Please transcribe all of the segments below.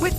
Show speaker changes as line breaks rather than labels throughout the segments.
With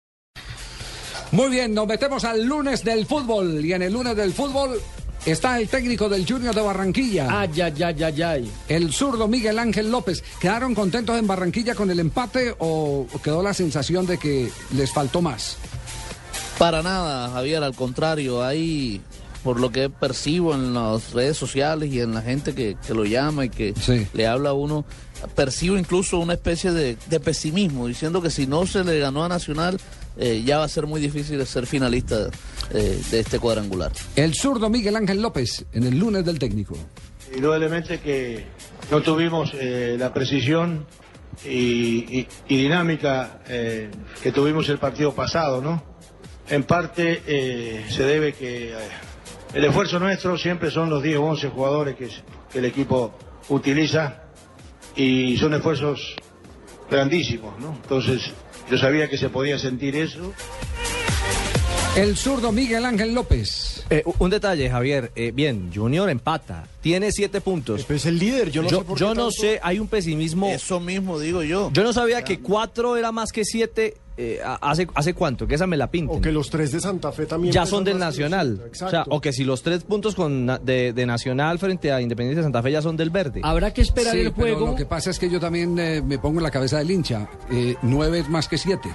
Muy bien, nos metemos al lunes del fútbol. Y en el lunes del fútbol está el técnico del Junior de
Ah.
Barranquilla,
Ay, ay, ay, ay, ay.
el zurdo Miguel Ángel López. ¿Quedaron contentos en Barranquilla con el empate o quedó la sensación de que les faltó más?
Para nada, Javier, al contrario, ahí, por lo que percibo en las redes sociales y en la gente que, que lo llama y que
Sí.
le habla a uno, percibo incluso una especie de, de pesimismo, diciendo que si no se le ganó a Nacional, eh, ya va a ser muy difícil ser finalista eh, de este cuadrangular.
El zurdo Miguel Ángel López en el lunes del técnico.
Indudablemente que no tuvimos eh, la precisión y, y- y dinámica eh, que tuvimos el partido pasado, ¿no? En parte eh, se debe que eh, el esfuerzo nuestro siempre son los 10 o 11 jugadores que, es- que el equipo utiliza y son esfuerzos grandísimos, ¿no? Entonces yo sabía que se podía sentir eso.
El zurdo Miguel Ángel López.
Eh, un detalle, Javier. Eh, bien, Junior empata. Tiene siete puntos.
Pero es el líder, yo no
yo
sé por
yo
qué
no
tanto-
sé, hay un pesimismo.
Eso mismo digo yo.
Yo no sabía que cuatro era más que siete. eh, a- hace, ¿Hace cuánto? Que esa me la pinten.
O que los tres de Santa Fe también.
ya
pesan
son del
más que los
Nacional.
otros.
O sea,
Exacto.
o que si los tres puntos con, na- de, de Nacional frente a Independiente de Santa Fe ya son del verde.
Habrá que esperar
Sí,
el
pero
juego.
lo que pasa es que yo también eh, me pongo en la cabeza del hincha. Eh, nueve es más que siete.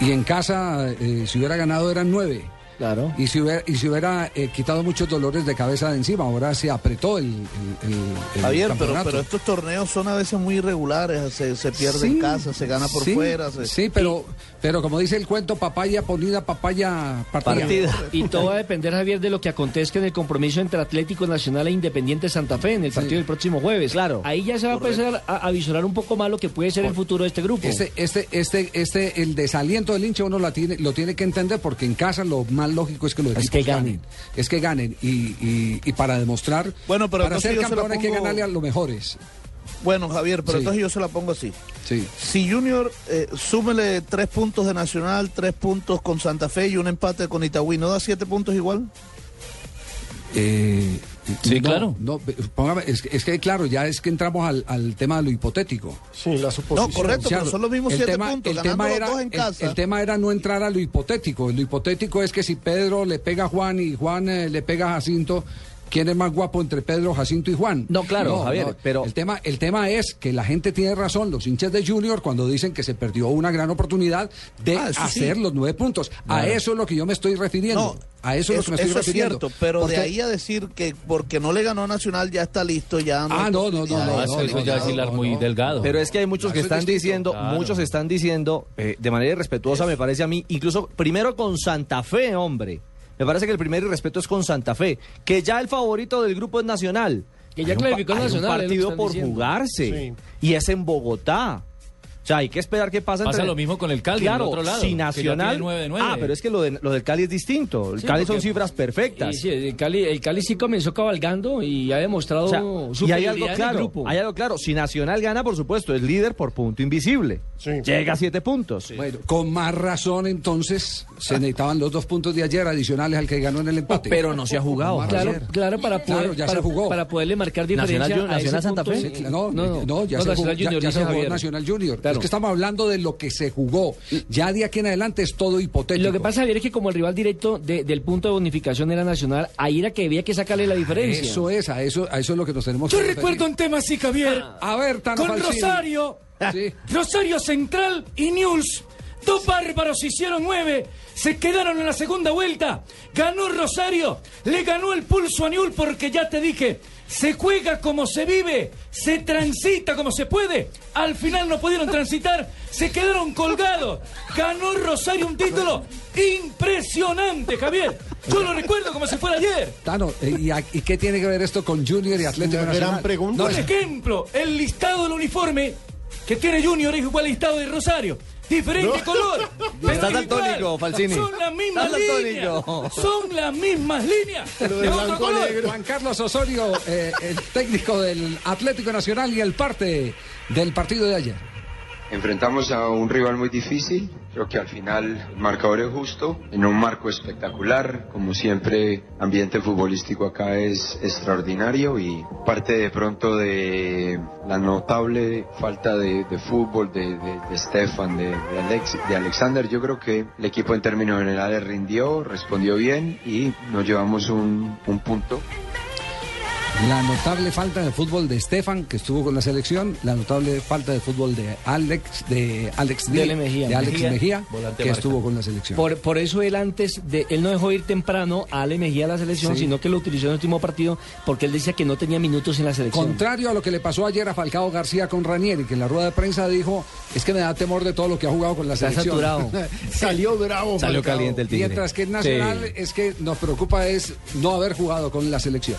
Y en casa, eh, si hubiera ganado, eran nueve.
Claro.
Y si hubiera, y si hubiera eh, quitado muchos dolores de cabeza de encima, ahora se apretó el, el, el- el
Javier, pero,
campeonato.
pero estos torneos son a veces muy irregulares, se, se pierde en
Sí,
casa, se gana por
sí,
fuera. se-
Sí, pero, pero como dice el cuento, papaya ponida, papaya partida.
Partida.
Y todo
Pues
va a depender, Javier, de lo que acontezca en el compromiso entre Atlético Nacional e Independiente Santa Fe en el partido del próximo jueves.
Claro.
Ahí ya se va a empezar a, a visorar un poco más lo que puede ser el futuro de este grupo.
Este, este, este, este, el desaliento del hincha uno la tiene, lo tiene que entender porque en casa lo más lógico es que los
Es
equipos
que ganen.
Es que ganen. Y, y- y para demostrar,
Bueno, pero
para
entonces
ser
yo se la
campeón hay que
pongo-
ganarle a los mejores.
Bueno, Javier,
Sí.
pero entonces yo se la pongo así.
Sí.
Si Junior eh, súmele tres puntos de Nacional, tres puntos con Santa Fe y un empate con Itagüí, ¿no da siete puntos igual?
Eh,
Sí,
no,
claro.
no, pe- póngame, es, que- es que claro, ya es que entramos al, al tema de lo hipotético.
Sí, la suposición.
No, correcto, pero son los mismos
el
siete
tema,
puntos,
el
ganando
tema
los
era,
dos en
el-
casa.
el tema era no entrar a lo hipotético. Lo hipotético es que si Pedro le pega a Juan y Juan eh, le pega a Jacinto, ¿quién es más guapo entre Pedro, Jacinto y Juan?
No, claro, Javier, pero-
El tema, el tema es que la gente tiene razón, los hinchas de Junior, cuando dicen que se perdió una gran oportunidad de
Ah, eso sí.
hacer los nueve puntos. A eso es lo que yo me estoy refiriendo.
No,
a eso es lo que me estoy
eso es
refiriendo.
cierto, pero
Porque-
de ahí a decir que porque no le ganó a Nacional ya está listo, ya
Ah,
hay
no, no, no,
posibilidades.
no, no,
eso
no,
ya
no,
es hilar
no,
muy
no.
delgado.
Pero es que hay
Claro,
muchos que
eso es
están
distinto,
diciendo,
claro.
muchos están diciendo, eh, de manera irrespetuosa me parece a mí, incluso primero con Santa Fe, hombre. Me parece que el primer irrespeto es con Santa Fe, que ya el favorito del grupo es Nacional.
Que ya
Hay un pa-
clasificó
hay un
Nacional, es lo que
partido
están
por
diciendo.
jugarse. Y es en Bogotá. O sea, hay que esperar qué pasa.
Pasa lo mismo con el Cali,
Claro,
del otro lado,
si
que ya
Nacional.
tiene nueve de nueve.
Ah, pero es que lo, de- lo del Cali es distinto. El
Sí,
Cali son
porque-
cifras
Y
perfectas.
sí, el, Cali, el Cali sí comenzó cabalgando y ha demostrado
O sea,
su
y hay algo
en el
claro,
grupo.
hay algo claro. Si Nacional gana, por supuesto, es líder por punto invisible.
Sí.
Llega a siete puntos.
Bueno, con más razón entonces se necesitaban los dos puntos de ayer adicionales al que ganó en el empate.
Pero no se ha jugado,
Con más
Javier.
Claro,
razón.
claro, para
Claro,
poder,
ya se
para,
jugó.
para poderle marcar diferencia.
Nacional Jun-
a ese
Nacional Santa
punto,
Fe.
sí.
Sí, claro, no, no, ya, se jugó,
Nacional
ya-
Junior,
ya
dice
se jugó
Javier.
Nacional Junior.
Claro.
Es que estamos hablando de lo que se jugó. Ya de aquí en adelante es todo hipotético.
Lo que pasa, Javier, es que como el rival directo de- del punto de bonificación era Nacional, ahí era que había que sacarle la diferencia.
Eso es, a eso, a eso es lo que nos tenemos que referir.
un tema así, Javier.
Ah.
A ver, Tano
con
Falcini.
Rosario,
Sí.
Rosario Central y News. Dos bárbaros hicieron nueve, se quedaron en la segunda vuelta. Ganó Rosario, le ganó el pulso a Newell porque ya te dije, se juega como se vive, se transita como se puede. Al final no pudieron transitar, se quedaron colgados. Ganó Rosario un título impresionante, Javier. Yo lo recuerdo como si fuera ayer.
Tano, eh, ¿y, a- y qué tiene que ver esto con Junior y Atlético
Una gran
Nacional?
pregunta.
No,
Por ejemplo, el listado del uniforme que tiene Junior es igual al listado de Rosario. diferente
No.
color. pero
Estás
igual.
daltónico, Falcini.
Son las mismas
Estás
líneas.
daltónico.
Son las mismas líneas. de otro color.
Juan Carlos Osorio, eh, el técnico del Atlético Nacional y el parte del partido de ayer.
Enfrentamos a un rival muy difícil, creo que al final el marcador es justo, en un marco espectacular, como siempre ambiente futbolístico acá es extraordinario y parte de pronto de la notable falta de, de fútbol de, de, de Stefan, de, de Alex- de Alexander, yo creo que el equipo en términos generales rindió, respondió bien y nos llevamos un, un punto.
La notable falta de fútbol de Estefan, que estuvo con la selección, la notable falta de fútbol de Alex, de Alex
Dele
Díaz,
Mejía.
de Alex
Mejía,
Mejía,
volante
que
marca.
estuvo con la selección.
Por, por eso él antes, de, él no dejó ir temprano a Ale Mejía a la selección,
Sí.
sino que lo utilizó en el último partido porque él decía que no tenía minutos en la selección.
Contrario a lo que le pasó ayer a Falcao García con Ranieri, que en la rueda de prensa dijo, es que me da temor de todo lo que ha jugado con la
Está
selección.
saturado.
Salió bravo.
Salió caliente el tigre.
Mientras que en Nacional
Sí.
es que nos preocupa es no haber jugado con la selección.